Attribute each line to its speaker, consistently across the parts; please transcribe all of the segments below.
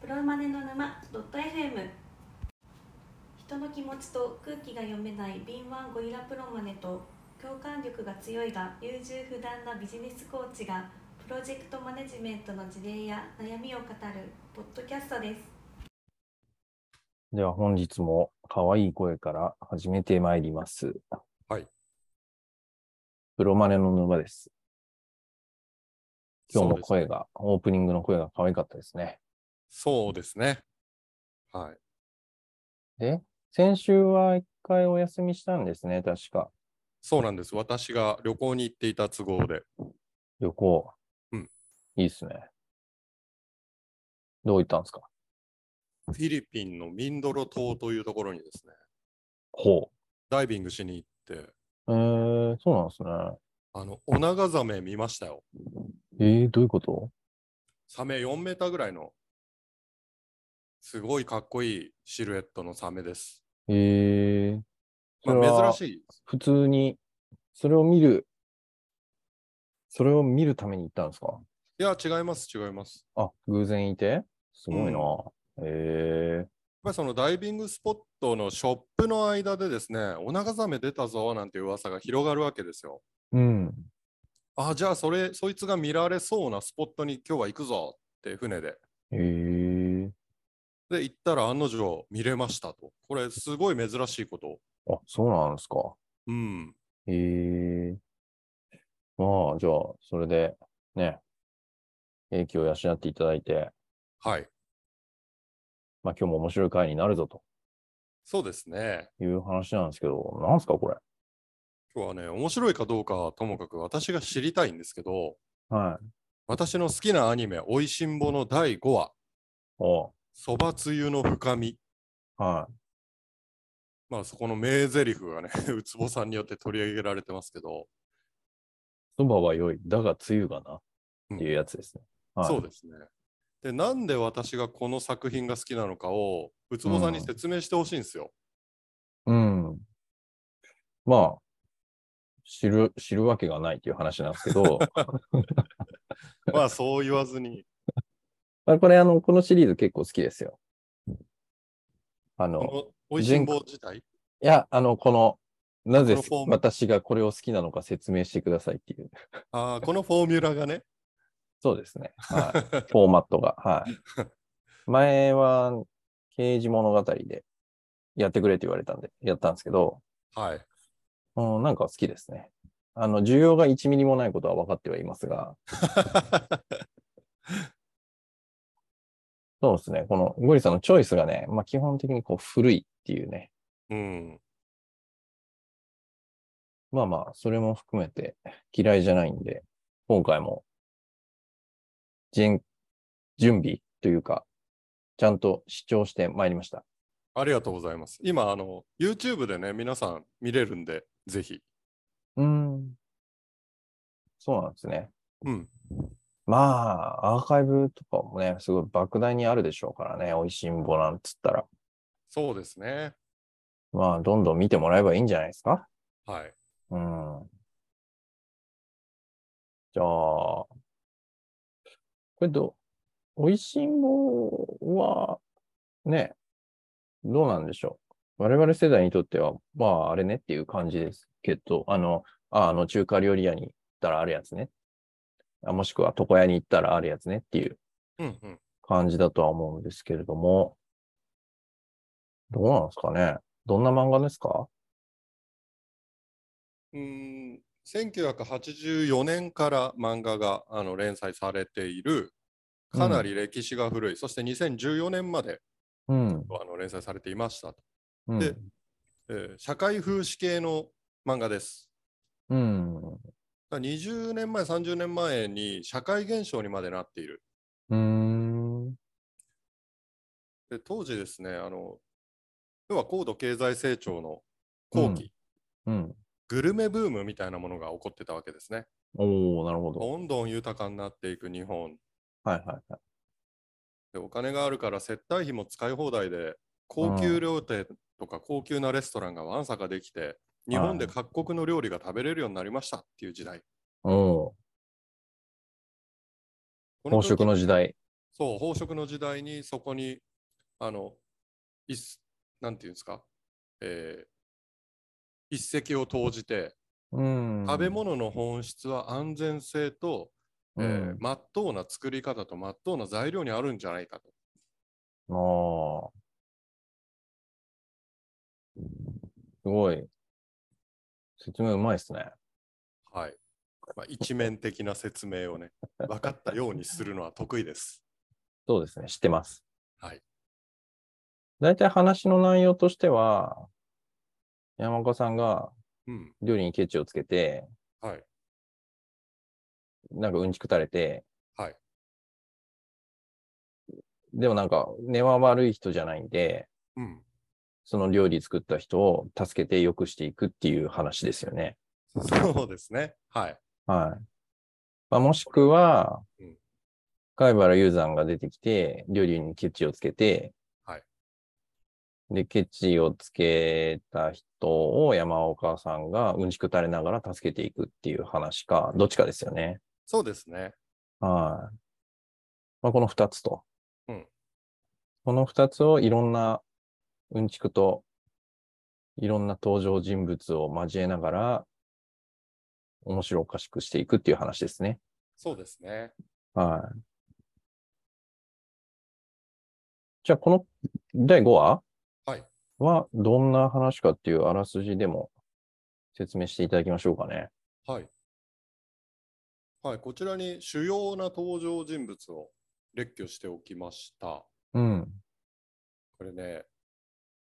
Speaker 1: プロマネの沼ドット FM 人の気持ちと空気が読めない敏腕ゴリラプロマネと共感力が強いが優柔不断なビジネスコーチがプロジェクトマネジメントの事例や悩みを語るポッドキャストです
Speaker 2: では本日も可愛い声から始めてまいります。
Speaker 3: はい。
Speaker 2: プロマネの沼です。今日
Speaker 3: そう
Speaker 2: も
Speaker 3: です
Speaker 2: 声が、オープニングの声が可愛かったですね。
Speaker 3: そうですね。はい。
Speaker 2: で、先週は一回お休みしたんですね、確か。
Speaker 3: そうなんです。私が旅行に行っていた都合で。
Speaker 2: 旅行。
Speaker 3: うん。
Speaker 2: いいっすね。どういったんですか
Speaker 3: フィリピンのミンドロ島というところにですね、
Speaker 2: ほ
Speaker 3: ダイビングしに行って、
Speaker 2: う。えー、そうなんですね。
Speaker 3: あの、オナガザメ見ましたよ。
Speaker 2: えー、どういうこと
Speaker 3: サメ4メーターぐらいの、すごいかっこいいシルエットのサメです。
Speaker 2: えー、
Speaker 3: ま
Speaker 2: それは
Speaker 3: あ、珍しい。
Speaker 2: 普通に、それを見る、それを見るために行ったんですか
Speaker 3: いや、違います、違います。
Speaker 2: あ、偶然いてすごいな。へえ
Speaker 3: やっぱりそのダイビングスポットのショップの間でですね、オナガザメ出たぞなんて噂が広がるわけですよ。
Speaker 2: うん。
Speaker 3: あ、じゃあそれ、そいつが見られそうなスポットに今日は行くぞって船で。
Speaker 2: へえ
Speaker 3: で、行ったら案の定見れましたと。これ、すごい珍しいこと。
Speaker 2: あ、そうなんですか。
Speaker 3: うん。
Speaker 2: へえまあ、じゃあ、それで、ね、英気を養っていただいて、
Speaker 3: はい。
Speaker 2: まあ今日も面白い回になるぞと
Speaker 3: そうですね。
Speaker 2: いう話なんですけど、なんですか、これ。
Speaker 3: 今日はね、面白いかどうかはともかく私が知りたいんですけど、
Speaker 2: はい。
Speaker 3: 私の好きなアニメ、おいしんぼの第5話、
Speaker 2: お
Speaker 3: そばつゆの深み。
Speaker 2: はい。
Speaker 3: まあ、そこの名台詞がね、 ウツボさんによって取り上げられてますけど、
Speaker 2: そばは良い。だが、つゆがな。っていうやつですね。はい。
Speaker 3: そうですね。で、なんで私がこの作品が好きなのかを、ウツボさんに説明してほしいんですよ。
Speaker 2: うん。まあ、知る、知るわけがないっていう話なんですけ ど、
Speaker 3: まあ、そう言わずに。
Speaker 2: まあこれ、あの、このシリーズ結構好きですよ。あの、い
Speaker 3: このおいしんぼ自体
Speaker 2: や、あの、この、なぜ
Speaker 3: このフォーム
Speaker 2: 私がこれを好きなのか説明してくださいっていう。
Speaker 3: あーこのフォーミュラがね。
Speaker 2: そうですね。はい。フォーマットが。 はい。前は、刑事物語でやってくれって言われたんで、やったんですけど、
Speaker 3: はい。
Speaker 2: うん、なんか好きですね。あの、需要が1ミリもないことは分かってはいますが、そうですね。このゴリさんのチョイスがね、まあ基本的にこう古いっていうね。
Speaker 3: うん。
Speaker 2: まあまあ、それも含めて嫌いじゃないんで、今回も、じん準備というか、ちゃんと視聴してまいりました。
Speaker 3: ありがとうございます。今、あの、YouTube でね、皆さん見れるんで、ぜひ。
Speaker 2: うん。そうなんですね。
Speaker 3: うん。
Speaker 2: まあ、アーカイブとかもね、すごい莫大にあるでしょうからね、美味しんぼなんつったら。
Speaker 3: そうですね。
Speaker 2: まあ、どんどん見てもらえばいいんじゃないですか
Speaker 3: はい。
Speaker 2: うん。じゃあ、これど、おいしんぼは、ね、どうなんでしょう。我々世代にとっては、まあ、あれねっていう感じですけど、あの、ああの、中華料理屋に行ったらあるやつね。あもしくは床屋に行ったらあるやつねっていう
Speaker 3: うんうん。
Speaker 2: 感じだとは思うんですけれども、どうなんですかね。どんな漫画ですか
Speaker 3: うーん1984年から漫画があの連載されているかなり歴史が古い、そして2014年まで
Speaker 2: うん。
Speaker 3: あの連載されていましたと、
Speaker 2: うん
Speaker 3: でえー社会風刺系の漫画です
Speaker 2: うん。
Speaker 3: だから20年前30年前に社会現象にまでなっている
Speaker 2: うーん。
Speaker 3: で当時ですねあの要は高度経済成長の後期、
Speaker 2: うん。
Speaker 3: グルメブームみたいなものが起こってたわけですね
Speaker 2: おおなるほど。
Speaker 3: どんどん豊かになっていく日本
Speaker 2: はいはいはい。
Speaker 3: でお金があるから接待費も使い放題で高級料亭とか高級なレストランがわんさかできて日本で各国の料理が食べれるようになりましたっていう時代
Speaker 2: おお宝
Speaker 3: この時
Speaker 2: 食の時代。
Speaker 3: そう、飽食の時代にそこに、あの、いすなんていうんですか、えー一石を投じて、
Speaker 2: うん。
Speaker 3: 食べ物の本質は安全性と、
Speaker 2: う
Speaker 3: えー
Speaker 2: ん。
Speaker 3: 真っ当な作り方と真っ当な材料にあるんじゃないかと。
Speaker 2: ああ。すごい。説明うまいっすね。
Speaker 3: はい。まあ、一面的な説明を ね、分かったようにするのは得意です。
Speaker 2: そうですね。知ってます。
Speaker 3: はい。
Speaker 2: 大体話の内容としては、山岡さんが
Speaker 3: うん。
Speaker 2: 料理にケチをつけて、
Speaker 3: はい。
Speaker 2: なんかうんちくたれて、
Speaker 3: はい。
Speaker 2: でもなんか根は悪い人じゃないんで、
Speaker 3: うん。
Speaker 2: その料理作った人を助けて良くしていくっていう話ですよね。
Speaker 3: そうですね。はい。
Speaker 2: はい。まあ、もしくは
Speaker 3: うん、
Speaker 2: 貝原雄山が出てきて、料理にケチをつけて、
Speaker 3: はい。
Speaker 2: で、ケチをつけた人を山岡さんがうんちくたれながら助けていくっていう話か、どっちかですよね。
Speaker 3: そうですね。
Speaker 2: はい。まあ、この二つと。
Speaker 3: うん
Speaker 2: この二つをいろんなうんちくと、いろんな登場人物を交えながら、面白おかしくしていくっていう話ですね。
Speaker 3: そうですね。
Speaker 2: はい。じゃあ、この第5話
Speaker 3: はい
Speaker 2: は、どんな話かっていうあらすじでも説明していただきましょうかね。
Speaker 3: はい。はい。こちらに主要な登場人物を列挙しておきました。
Speaker 2: うん。
Speaker 3: これね、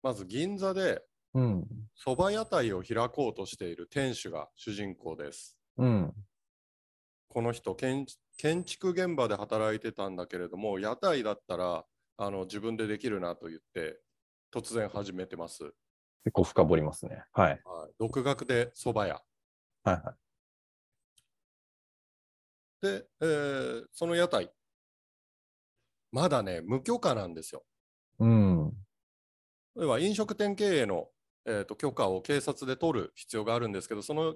Speaker 3: まず銀座で
Speaker 2: うん。
Speaker 3: 蕎麦屋台を開こうとしている店主が主人公です。
Speaker 2: うん。
Speaker 3: この人建建築現場で働いてたんだけれども屋台だったらあの自分でできるなと言って突然始めてます、
Speaker 2: 結構深掘りますね。はい。
Speaker 3: はい、独学で蕎麦屋
Speaker 2: はいはい。
Speaker 3: で、えーその屋台まだね無許可なんですよ
Speaker 2: うん。
Speaker 3: 要は飲食店経営の、えー、と許可を警察で取る必要があるんですけどその、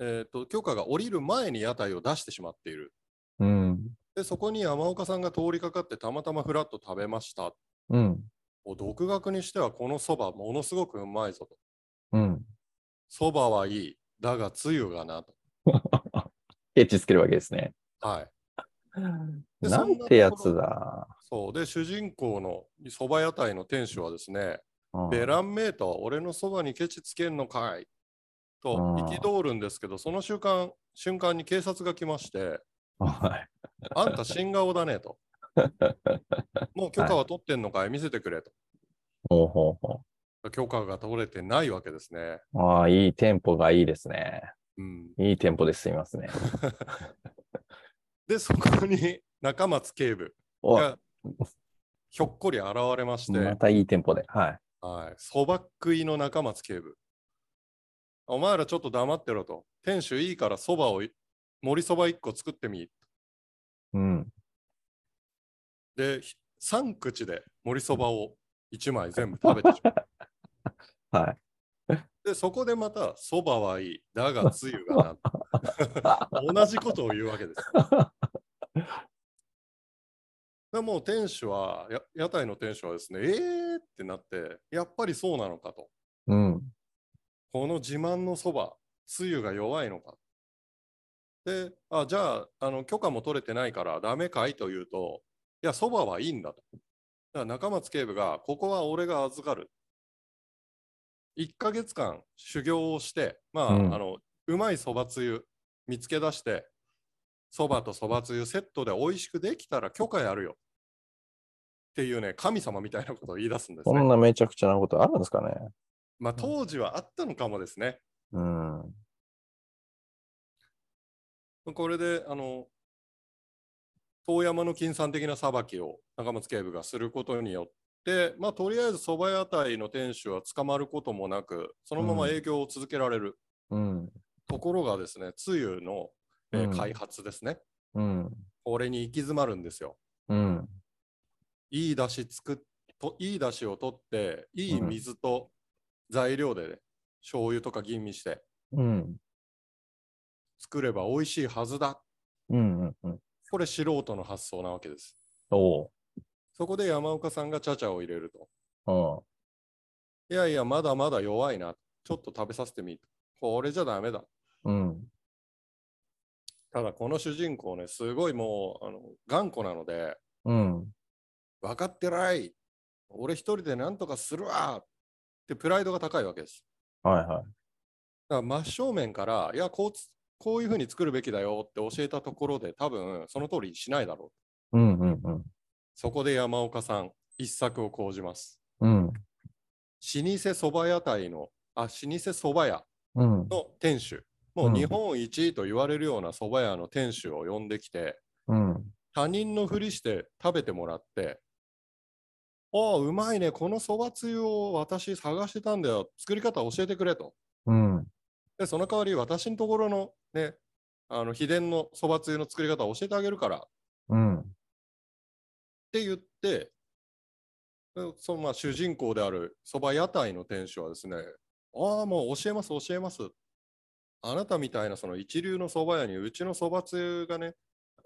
Speaker 3: えー、と許可が下りる前に屋台を出してしまっている
Speaker 2: うん。
Speaker 3: でそこに山岡さんが通りかかってたまたまフラッと食べました
Speaker 2: うん。
Speaker 3: お独学にしてはこのそばものすごくうまいぞと。
Speaker 2: うん。
Speaker 3: そばはいい。だがつゆがなと。
Speaker 2: エッチつけるわけですね。
Speaker 3: はい。で
Speaker 2: なんてや
Speaker 3: そ
Speaker 2: つ
Speaker 3: んなところ
Speaker 2: だ。
Speaker 3: そう。で、主人公のそば屋台の店主はですね、
Speaker 2: うん
Speaker 3: ベランメイトは俺のそばにケチつけんのかい。と
Speaker 2: うん
Speaker 3: 憤るんですけど、その瞬間、瞬間に警察が来まして、
Speaker 2: はい
Speaker 3: あんた新顔だね と。もう許可は取ってんのかい見せてくれと。
Speaker 2: ほうほうほ
Speaker 3: 許可が取れてないわけですね。
Speaker 2: う。ああ、いいテンポがいいですね。
Speaker 3: うん、
Speaker 2: いいテンポで進みますね。
Speaker 3: で、そこに中松警部
Speaker 2: お
Speaker 3: がひょっこり現れまして、
Speaker 2: またいいテンポで。はい。
Speaker 3: はい、そば食いの中松警部。お前らちょっと黙ってろと。店主いいからそばをい、盛りそば1個作ってみ。
Speaker 2: うん。
Speaker 3: で、ひ3口で盛りそばを1枚全部食べてしまう。
Speaker 2: はい。
Speaker 3: で、そこでまた、そばはいい、だがつゆがな。同じことを言うわけです。でもう店主はや、屋台の店主はですね、えーってなって、やっぱりそうなのかと。
Speaker 2: うん。
Speaker 3: この自慢のそば、つゆが弱いのか。で、あじゃああの、許可も取れてないからダメかいというと、いや、そばはいいんだと。だから中松警部が、ここは俺が預かる。1ヶ月間修行をして、まあ、
Speaker 2: うん
Speaker 3: あのうまいそばつゆ見つけ出して、そばとそばつゆセットで美味しくできたら許可やるよ。っていうね、神様みたいなことを言い出すんです
Speaker 2: こん
Speaker 3: ね。
Speaker 2: なめちゃくちゃなことあるんですかね。
Speaker 3: まあ、当時はあったのかもですね。
Speaker 2: うん。
Speaker 3: これであの遠山の金さん的な裁きを中松警部がすることによって、まあ、とりあえず蕎麦屋台の店主は捕まることもなくそのまま営業を続けられる、
Speaker 2: うん。
Speaker 3: ところがですねつゆの、え
Speaker 2: う
Speaker 3: ー
Speaker 2: ん
Speaker 3: 開発ですね、
Speaker 2: うん。
Speaker 3: これに行き詰まるんですよ
Speaker 2: うん。
Speaker 3: いい出汁作っといい出汁を取っていい水と材料で、ね醤油とか吟味して
Speaker 2: うん。
Speaker 3: 作れば美味しいはずだ
Speaker 2: うん。うん。
Speaker 3: これ素人の発想なわけです
Speaker 2: お
Speaker 3: そこで山岡さんがチャチャを入れると。
Speaker 2: お。
Speaker 3: いやいや、まだまだ弱いな。ちょっと食べさせてみる。これじゃダメだ。
Speaker 2: うん。うん。
Speaker 3: ただ、この主人公ね、すごいもう、あの頑固なので、
Speaker 2: うん。
Speaker 3: 分かってない。俺一人でなんとかするわってプライドが高いわけです。
Speaker 2: はいはい。
Speaker 3: だから真正面から、いや、こうつこういうふうに作るべきだよって教えたところで、多分その通りにしないだろう。
Speaker 2: うんうんうん。
Speaker 3: そこで山岡さん、一策を講じます。
Speaker 2: うん。
Speaker 3: 老舗蕎麦屋台の、あ、老舗蕎麦屋
Speaker 2: うん。
Speaker 3: の店主、も
Speaker 2: う
Speaker 3: うん日本一と言われるような蕎麦屋の店主を呼んできて、
Speaker 2: うん。
Speaker 3: 他人のふりして食べてもらって、ああ、うまいね、この蕎麦つゆを私探してたんだよ、作り方教えてくれと。
Speaker 2: うん。
Speaker 3: で、その代わり私のところのね、あの秘伝のそばつゆの作り方を教えてあげるからっ
Speaker 2: うん。
Speaker 3: て言って、でそのまあ主人公であるそば屋台の店主はですね、ああ、もう教えます、教えます。あなたみたいなその一流のそば屋にうちのそばつゆがね、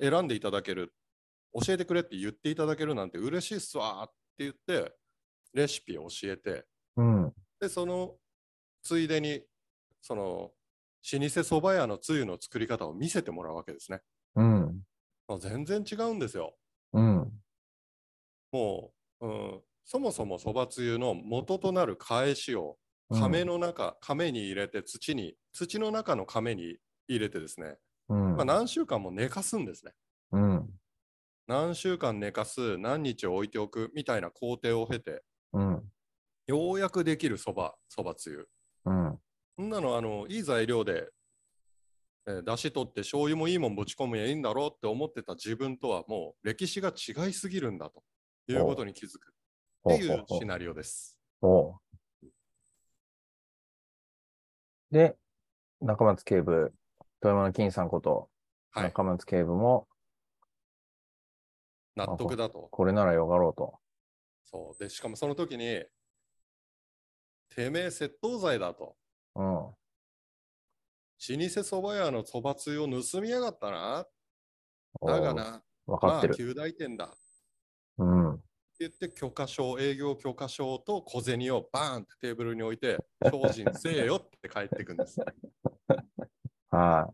Speaker 3: 選んでいただける、教えてくれって言っていただけるなんて嬉しいっすわーって言って、レシピを教えて、
Speaker 2: うん。
Speaker 3: で、そのついでに、その、老舗蕎麦屋のつゆの作り方を見せてもらうわけですね。
Speaker 2: うん。
Speaker 3: まあ、全然違うんですよ。
Speaker 2: うん。
Speaker 3: もう、うん、そもそも蕎麦つゆの元となる返しを亀の中、亀に入れて土に、土の中の亀に入れてですね、
Speaker 2: うん。
Speaker 3: まあ、何週間も寝かすんですね。
Speaker 2: うん。
Speaker 3: 何週間寝かす、何日置いておくみたいな工程を経て、
Speaker 2: うん。
Speaker 3: ようやくできる蕎麦、蕎麦つゆ。
Speaker 2: うん。
Speaker 3: そんなのあのいい材料で、えー、出汁取って醤油もいいもんぶち込むやいいんだろうって思ってた自分とはもう歴史が違いすぎるんだということに気づく
Speaker 2: ほ
Speaker 3: っ
Speaker 2: う
Speaker 3: て
Speaker 2: ほ
Speaker 3: いうう
Speaker 2: ほう
Speaker 3: シナリオです。
Speaker 2: おうで、中松警部、富山の金さんこと、
Speaker 3: はい、
Speaker 2: 中松警部も、
Speaker 3: 納得だと。
Speaker 2: これならよがろうと。
Speaker 3: そうでしかもその時に、てめえ窃盗罪だと。
Speaker 2: うん。
Speaker 3: 老舗蕎麦屋の蕎麦つゆを盗みやがったな。
Speaker 2: お
Speaker 3: だがな、
Speaker 2: うわか
Speaker 3: ま
Speaker 2: っ
Speaker 3: あ、
Speaker 2: てる。
Speaker 3: 旧大店だ。
Speaker 2: うん。
Speaker 3: って言って許可証、営業許可証と小銭をバーンってテーブルに置いて、精進せえよって帰ってく んです。
Speaker 2: は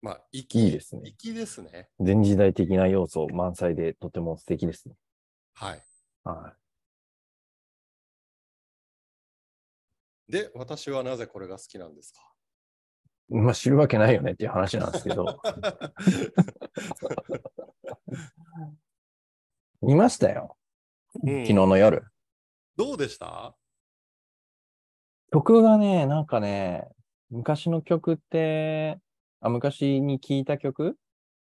Speaker 3: まあ、粋
Speaker 2: いいですね。
Speaker 3: 粋ですね。
Speaker 2: 前時代的な要素満載でとても素敵ですね。
Speaker 3: はい。
Speaker 2: は
Speaker 3: で、私はなぜこれが好きなんです
Speaker 2: い。まあ、知るわけないよねっていう話なんですけど、
Speaker 3: か
Speaker 2: 見ましたよ。
Speaker 3: う
Speaker 2: 昨
Speaker 3: ん
Speaker 2: 日の夜。
Speaker 3: どうでした
Speaker 2: 曲がね、なんかね、昔の曲って、あ、昔に聴いた曲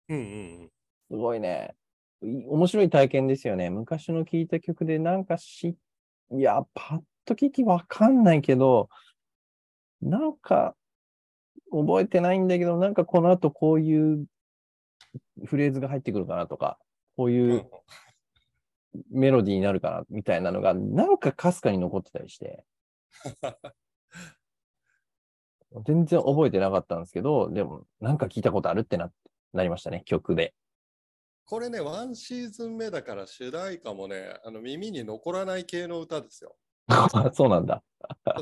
Speaker 3: うんうん
Speaker 2: すごいね。い面白い体験ですよね。昔の聴いた曲でなんかし、いや、パッと聞きわかんないけど、なんか覚えてないんだけど、なんかこの後こういうフレーズが入ってくるかなとか、こう
Speaker 3: うん。
Speaker 2: いううメロディーになるかなみたいなのが、なんかかすかに残ってたりして。全然覚えてなかったんですけど、でも、なんか聞いたことあるってな、なりましたね、曲で。
Speaker 3: これね、ワンシーズン目だから主題歌もね、あの耳に残らない系の歌ですよ。
Speaker 2: そうなんだ。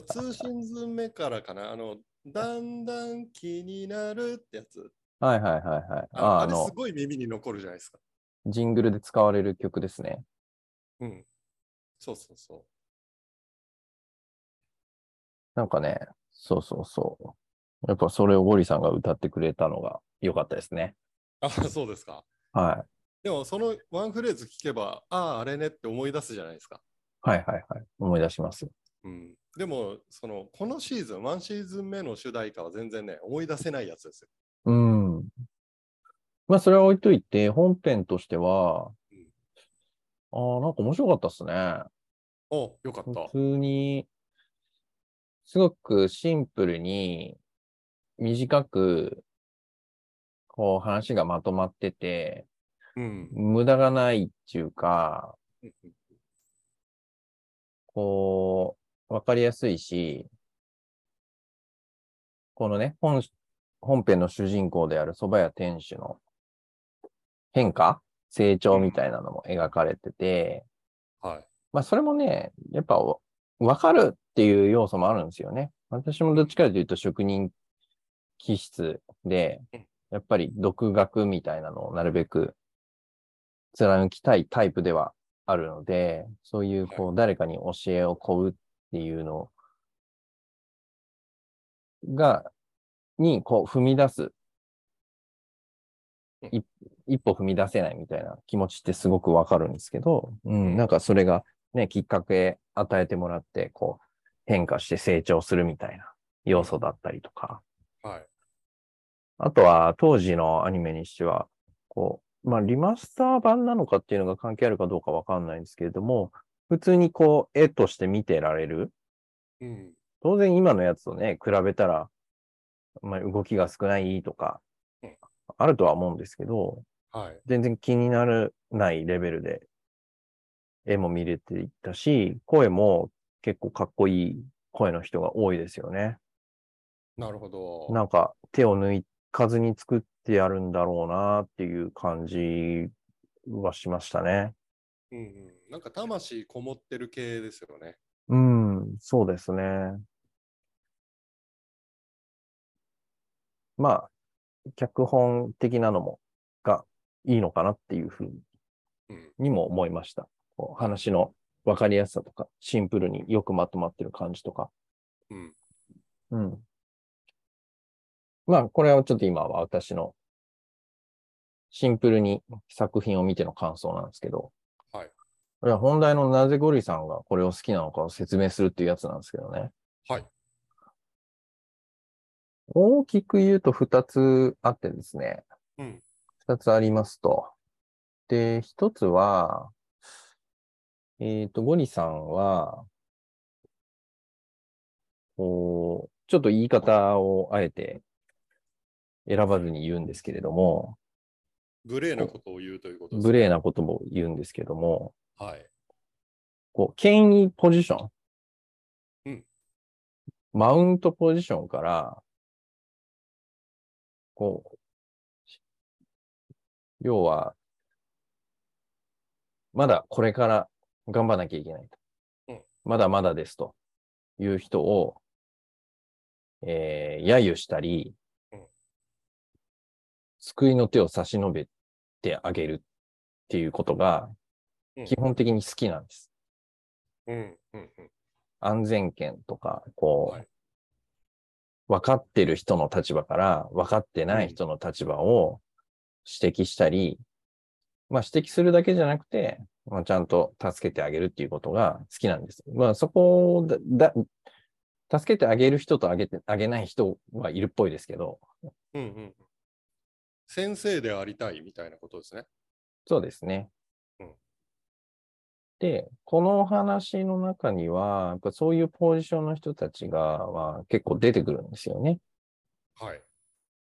Speaker 3: 通信ズン目からかな、あの、だんだん気になるってやつ。
Speaker 2: はいはいはいはい。
Speaker 3: あの
Speaker 2: あ
Speaker 3: あ
Speaker 2: あ
Speaker 3: れ
Speaker 2: の
Speaker 3: す、ごい耳に残るじゃないですか。
Speaker 2: ジングルで使われる曲ですね。
Speaker 3: うん。そうそうそ
Speaker 2: なんかね、そうそうそう。やっぱそれをゴリさんが歌ってくれたのが良かったですね。
Speaker 3: う。あ、 そうですか。
Speaker 2: は
Speaker 3: でも、そのワンフレーズ聞けば、ああ、あれねって思い出すじゃないですか。
Speaker 2: い。はいはいはい。思い出します。
Speaker 3: うん、でもそのこのシーズン1シーズン目の主題歌は全然ね思い出せないやつですよ。
Speaker 2: うん。まあそれは置いといて、本編としては
Speaker 3: うん、
Speaker 2: ああ、なんか面白かったですね。
Speaker 3: およかっ
Speaker 2: 普
Speaker 3: た。
Speaker 2: 通に、すごくシンプルに、短く、こう話がまとまってて、
Speaker 3: うん、
Speaker 2: 無駄がないっていうか、こう、わかりやすいし、このね、本、本編の主人公である蕎麦屋店主の変化、成長みたいなのも描かれてて、
Speaker 3: はい。
Speaker 2: まあ、それもね、やっぱわ、わかるっていう要素もあるんですよね。私もどっちかというと職人気質で
Speaker 3: うん、
Speaker 2: やっぱり独学みたいなのをなるべく貫きたいタイプではあるので、そういうこう誰かに教えを請うっていうのが、にこう踏み出す
Speaker 3: うん
Speaker 2: い一歩踏み出せないみたいな気持ちってすごくわかるんですけど、うん、なんかそれがね、きっかけ与えてもらって、こう、変化して成長するみたいな要素だったりとか、
Speaker 3: はい。
Speaker 2: あとは当時のアニメにしては、こう、まあ、リマスター版なのかっていうのが関係あるかどうかわかんないんですけれども、普通にこう、絵として見てられる。
Speaker 3: うん。
Speaker 2: 当然今のやつとね、比べたら、まあ、動きが少ないとか
Speaker 3: うん、
Speaker 2: あるとは思うんですけど、
Speaker 3: はい。
Speaker 2: 全然気にならないレベルで、絵も見れていったし、声も結構かっこいい声の人が多いですよね。
Speaker 3: なるほど。
Speaker 2: なんか手を抜かずに作ってやるんだろうなっていう感じはしましたね。
Speaker 3: うんうん、なんか魂こもってる系ですよね。
Speaker 2: うん、そうですね。まあ、脚本的なのも、がいいのかなっていうふう
Speaker 3: うん。
Speaker 2: にも思いました。こう話の分かりやすさとか、シンプルによくまとまってる感じとか。
Speaker 3: うん。
Speaker 2: うん。まあ、これはちょっと今は私のシンプルに作品を見ての感想なんですけど。
Speaker 3: はい。
Speaker 2: これは本題のなぜゴリさんがこれを好きなのかを説明するっていうやつなんですけどね。
Speaker 3: はい。
Speaker 2: 大きく言うと2つあってですね。
Speaker 3: うん。
Speaker 2: 2つありますと。で、1つは、えっ、と、ゴリさんは、こう、ちょっと言い方をあえて選ばずに言うんですけれども、
Speaker 3: 無礼なことを言うということです
Speaker 2: 無
Speaker 3: ね。
Speaker 2: 礼なことも言うんですけども、
Speaker 3: はい。
Speaker 2: こう、権威ポジション。
Speaker 3: うん
Speaker 2: マウントポジションから、こう、要は、まだこれから頑張らなきゃいけないと。
Speaker 3: うん
Speaker 2: まだまだですという人を、えー、揶揄したり、
Speaker 3: うん
Speaker 2: 救いの手を差し伸べてあげるっていうことが
Speaker 3: うん、
Speaker 2: 基本的に好きなんです。
Speaker 3: うん。うん。うん。
Speaker 2: 安全圏とか、こう、
Speaker 3: はい
Speaker 2: 分かってる人の立場から分かってない人の立場を指摘したり、まあ指摘するだけじゃなくて、まあ、ちゃんと助けてあげるっていうことが好きなんです。まあそこをだ、だ助けてあげる人とあげて、あげない人はいるっぽいですけど、
Speaker 3: うんうんうん。先生でありたいみたいなことですね。
Speaker 2: そうですね。
Speaker 3: うん
Speaker 2: で、このお話の中には、やっぱそういうポジションの人たちが、まあ、結構出てくるんですよね。
Speaker 3: はい。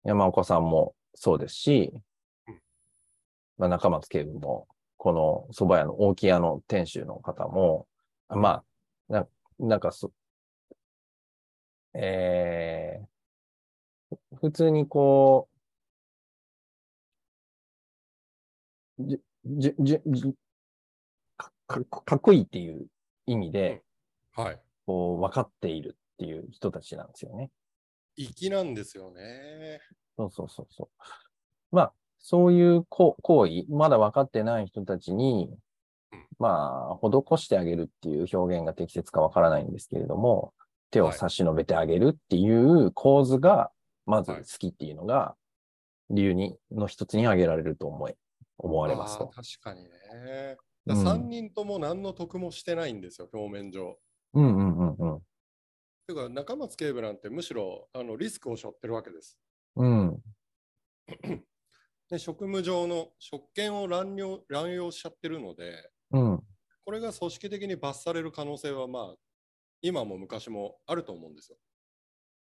Speaker 2: 山岡さんもそうですし
Speaker 3: うん、
Speaker 2: まあ、中松警部も、この蕎麦屋の大木屋の店主の方も、あまあ、ななんかそ、えー、普通にこう、じ、じ、じ、じかかかっこいいっていう意味で、
Speaker 3: はい。
Speaker 2: こう、分かっているっていう人たちなんですよね。
Speaker 3: 粋なんですよね。
Speaker 2: そうそうそうそう。まあ、そういうこ行為、まだ分かってない人たちに
Speaker 3: うん、
Speaker 2: まあ、施してあげるっていう表現が適切か分からないんですけれども、手を
Speaker 3: はい
Speaker 2: 差し伸べてあげるっていう構図が、まず
Speaker 3: は
Speaker 2: 好
Speaker 3: い
Speaker 2: きっていうのが、理由に、の一つに挙げられると思い、思われます
Speaker 3: あー
Speaker 2: と。
Speaker 3: 確かにね。
Speaker 2: う
Speaker 3: だ
Speaker 2: ん
Speaker 3: 3人とも何の得もしてないんですよ、表面上。
Speaker 2: うんうんうんうん。
Speaker 3: てか、中松警部なんてむしろあのリスクを背負ってるわけです。
Speaker 2: うん。
Speaker 3: で職務上の職権を乱用乱用しちゃってるので、
Speaker 2: うん。
Speaker 3: これが組織的に罰される可能性は、まあ、今も昔もあると思うんですよ。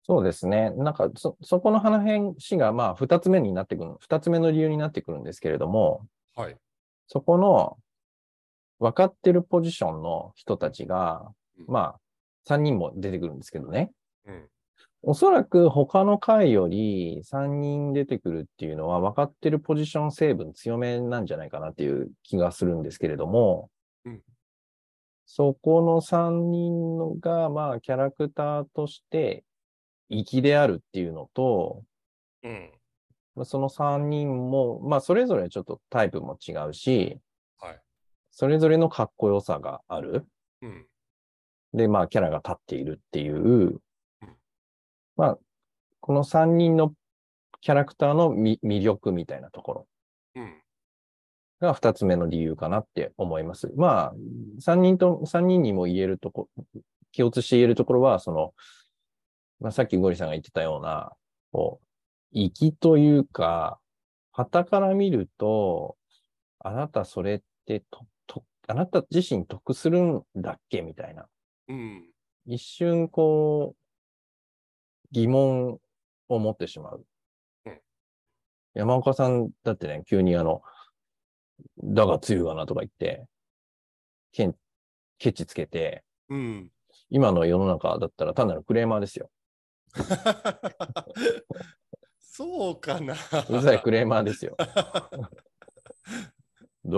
Speaker 2: そうですね。なんか、そ、そこの話が、まあ、二つ目になってくる、二つ目の理由になってくるんですけれども、
Speaker 3: はい。
Speaker 2: そこの分かってるポジションの人たちが、
Speaker 3: うん
Speaker 2: まあ、3人も出てくるんですけどね。
Speaker 3: うん。
Speaker 2: おそらく他の回より3人出てくるっていうのは分かってるポジション成分強めなんじゃないかなっていう気がするんですけれども、
Speaker 3: うん
Speaker 2: そこの3人のが、まあ、キャラクターとして粋であるっていうのと、
Speaker 3: うん。
Speaker 2: まあその3人も、まあ、それぞれちょっとタイプも違うし、
Speaker 3: はい
Speaker 2: それぞれのかっこよさがある。
Speaker 3: うん。
Speaker 2: で、まあ、キャラが立っているっていう
Speaker 3: うん、
Speaker 2: まあ、この3人のキャラクターのみ魅力みたいなところ
Speaker 3: うん。
Speaker 2: が2つ目の理由かなって思います。まあ、3人と、三人にも言えるとこ、共通して言えるところは、その、まあ、さっきゴリさんが言ってたような、こう、粋というか、旗から見ると、あなたそれってと、と、あなた自身得するんだっけみたいな。
Speaker 3: うん。
Speaker 2: 一瞬こう、疑問を持ってしまう
Speaker 3: うん。
Speaker 2: 山岡さんだってね、急にあの、だが強いがなとか言って、けんケチつけて、
Speaker 3: うん。
Speaker 2: 今の世の中だったら単なるクレーマーですよ。
Speaker 3: そうかな。
Speaker 2: うるさいクレーマー ですよ。だ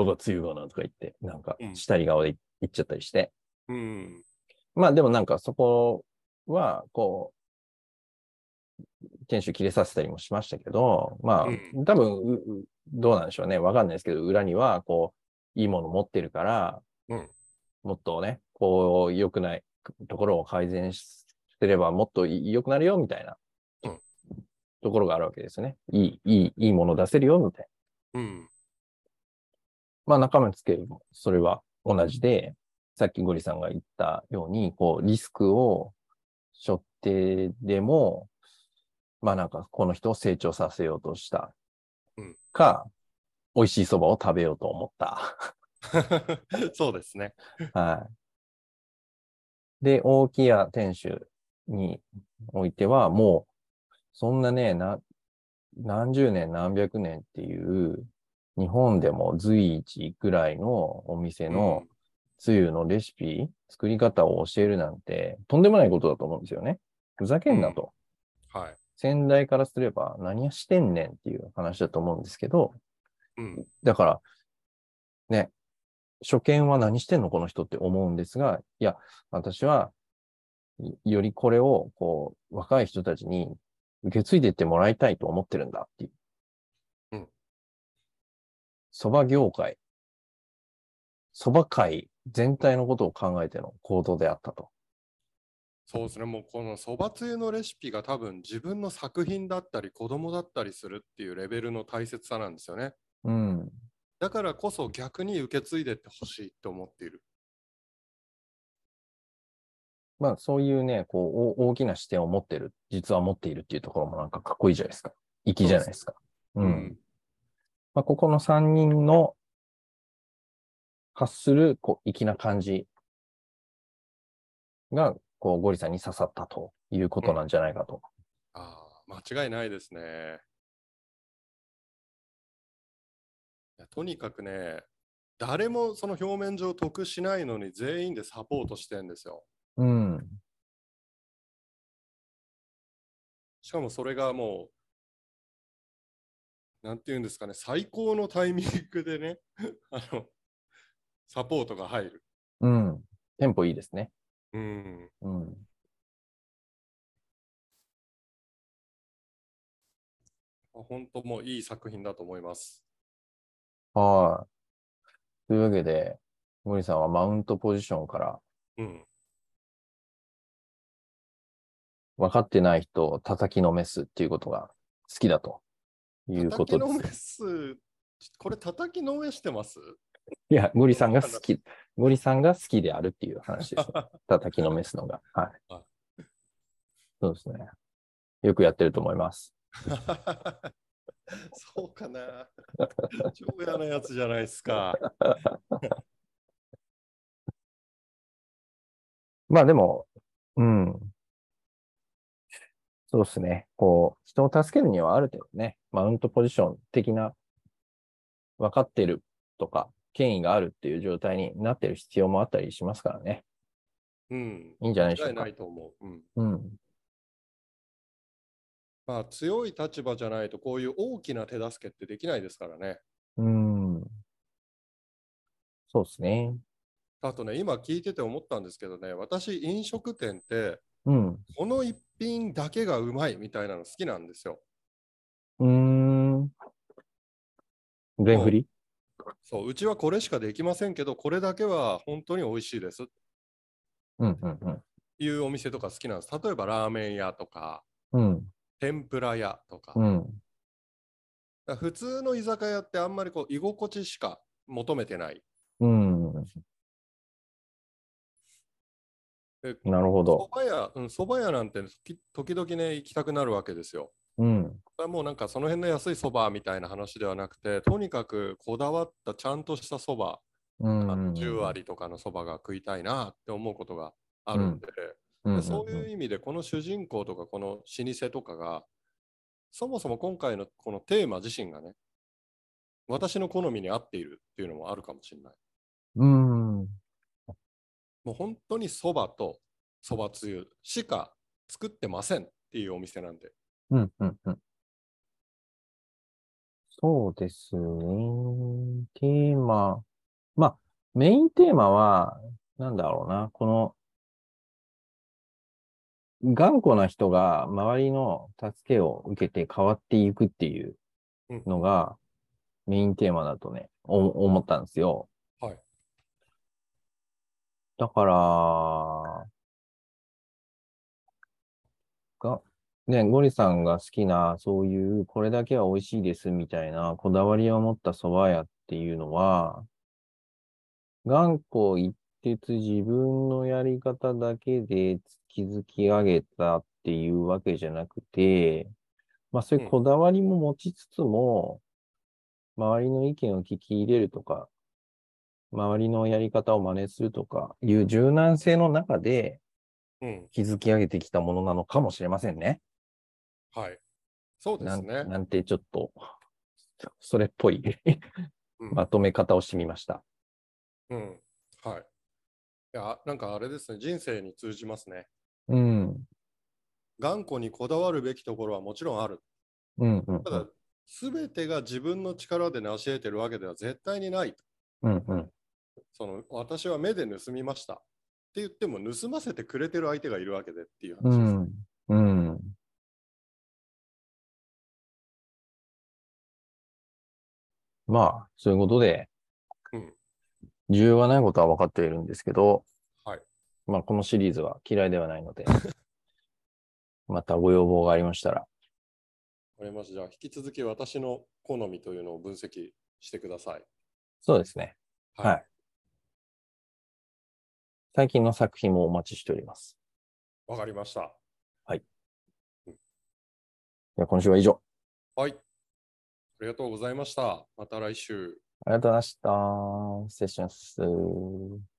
Speaker 2: が強いがなとか言って、なんか
Speaker 3: うん、
Speaker 2: したり顔で言っちゃったりして。
Speaker 3: うん。
Speaker 2: まあでもなんかそこは、こう、店主切れさせたりもしましたけど、ま
Speaker 3: う
Speaker 2: あ、多分、ううどうなんでしょうね。わかんないですけど、裏には、こう、いいもの持ってるから、
Speaker 3: うん
Speaker 2: もっとね、こう、良くないところを改善すれば、もっとい良くなるよ、みたいな、
Speaker 3: うん
Speaker 2: ところがあるわけですよね。いい、いい、いいもの出せるよ、みたいな。
Speaker 3: うん。
Speaker 2: まあ中身つけるも、それは同じで、さっきゴリさんが言ったように、こう、リスクを背負ってでも、まあなんか、この人を成長させようとした
Speaker 3: うん。
Speaker 2: か、美味しいそばを食べようと思 った。
Speaker 3: そうですね。
Speaker 2: はい。で、大木屋店主においては、もう、そんなね、な、何十年何百年っていう、日本でも随一ぐらいのお店のつゆのレシピ、作り方を教えるなんて、とんでもないことだと思うんですよね。ふざけんなと。
Speaker 3: うんはい。
Speaker 2: 先代からすれば何やしてんねんっていう話だと思うんですけど、
Speaker 3: うん。
Speaker 2: だから、ね、初見は何してんのこの人って思うんですが、いや、私は、いよりこれを、こう、若い人たちに受け継いでいってもらいたいと思ってるんだっていう。
Speaker 3: うん。
Speaker 2: 蕎麦業界、蕎麦界全体のことを考えての行動であったと。
Speaker 3: そうですね。もうこのそばつゆのレシピが多分自分の作品だったり子供だったりするっていうレベルの大切さなんですよね。
Speaker 2: うん。
Speaker 3: だからこそ逆に受け継いでってほしいって思っている。
Speaker 2: まあ、そういうね、こう、お大きな視点を持ってる、実は持っているっていうところもなんかかっこいいじゃないですか。粋じゃないですか。う。。
Speaker 3: うん
Speaker 2: まあ、ここの3人の発する、こう、粋な感じが、こう、ゴリさんに刺さったということなんじゃないかと。
Speaker 3: ああ、間違いないですね。いやとにかくね、誰もその表面上得しないのに全員でサポートしてんですよ。
Speaker 2: うん。
Speaker 3: しかもそれがもう、なんていうんですかね、最高のタイミングでね、 あの、サポートが入る。
Speaker 2: うん。テンポいいですね。
Speaker 3: うん。
Speaker 2: うん。
Speaker 3: 本当もういい作品だと思います。
Speaker 2: はい。というわけで、ゴリさんはマウントポジションから、
Speaker 3: うん。
Speaker 2: 分かってない人を叩きのめすっていうことが好きだということで
Speaker 3: 叩きの
Speaker 2: す。
Speaker 3: めす、これ叩きのめしてます
Speaker 2: いや、ゴリさんが好き、ゴリさんが好きであるっていう話です。叩きのめすのが。はい
Speaker 3: は。
Speaker 2: そうですね。よくやってると思います。
Speaker 3: そうかな。超嫌なやつじゃないですか。
Speaker 2: まあでも、うん。そうですね。こう、人を助けるにはある程度ね、マウントポジション的な、分かってるとか、権威があるっていう状態になってる必要もあったりしますからね。
Speaker 3: うん。
Speaker 2: いいんじゃないでし
Speaker 3: 間
Speaker 2: ょう
Speaker 3: 違い
Speaker 2: か
Speaker 3: な。いと思う。うん。
Speaker 2: うん。
Speaker 3: まあ、強い立場じゃないと、こういう大きな手助けってできないですからね。
Speaker 2: うん。そうですね。
Speaker 3: あとね、今聞いてて思ったんですけどね、私、飲食店って、
Speaker 2: うん。
Speaker 3: この一品だけがうまいみたいなの好きなんですよ。
Speaker 2: うーん。全振り
Speaker 3: そう、うちはこれしかできませんけど、これだけは本当に美味しいですっ
Speaker 2: うんうん
Speaker 3: ていうお店とか好きなんです。例えばラーメン屋とか、
Speaker 2: うん。
Speaker 3: 天ぷら屋とか。
Speaker 2: うん。うん。
Speaker 3: だから普通の居酒屋ってあんまりこう居心地しか求めてない。
Speaker 2: うん。
Speaker 3: え
Speaker 2: なるほ
Speaker 3: そ
Speaker 2: ど。
Speaker 3: ば屋、うん、そば屋なんて時時々ね、行きたくなるわけですよ。
Speaker 2: うん。
Speaker 3: それはもうなんかその辺の安いそばみたいな話ではなくて、とにかくこだわったちゃんとしたそば、
Speaker 2: うん。
Speaker 3: あの10割とかのそばが食いたいなって思うことがあるんで、
Speaker 2: うん。
Speaker 3: でそういう意味でこの主人公とかこの老舗とかがそもそも今回のこのテーマ自身がね私の好みに合っているっていうのもあるかもしれない
Speaker 2: うん。うん。
Speaker 3: もう本当にそばとそばつゆしか作ってませんっていうお店なんで
Speaker 2: うん、うん、うん。そうですね。テーマ。まあ、メインテーマは、なんだろうな。この、頑固な人が周りの助けを受けて変わっていくっていう
Speaker 3: うん
Speaker 2: のが、メインテーマだとね、お思ったんですよ。
Speaker 3: はい。
Speaker 2: だから、が、ね、ゴリさんが好きな、そういう、これだけは美味しいですみたいな、こだわりを持った蕎麦屋っていうのは、頑固一徹自分のやり方だけで築き上げたっていうわけじゃなくて、まあそういううんこだわりも持ちつつも、周りの意見を聞き入れるとか、周りのやり方を真似するとかいう柔軟性の中で
Speaker 3: うん
Speaker 2: 築き上げてきたものなのかもしれませんね。
Speaker 3: はいそうで
Speaker 2: な
Speaker 3: す
Speaker 2: ん
Speaker 3: ね
Speaker 2: なんてちょっと、それっぽい
Speaker 3: うん
Speaker 2: まとめ方をしてみました。
Speaker 3: うんはいいやなんかあれですね人生に通じますね
Speaker 2: うん。
Speaker 3: 頑固にこだわるべきところはもちろんある
Speaker 2: うんうん
Speaker 3: ただ、すべてが自分の力で成し得てるわけでは絶対にない。
Speaker 2: うんうん。
Speaker 3: その私は目で盗みました。って言っても、盗ませてくれてる相手がいるわけでっていう話
Speaker 2: う
Speaker 3: です。
Speaker 2: ん。うん。まあ、そういうことで、
Speaker 3: うん
Speaker 2: 重要はないことは分かっているんですけど、
Speaker 3: はい
Speaker 2: まあ、このシリーズは嫌いではない ので、またご要望がありましたら、
Speaker 3: わかりました。じゃあ、引き続き私の好みというのを分析してください。
Speaker 2: そうですね。はい最近の作品もお待ちしております。
Speaker 3: わ、かりました。
Speaker 2: では今週は以上。
Speaker 3: はい。ありがとうございました。また来週。
Speaker 2: ありがとうございました。失礼します。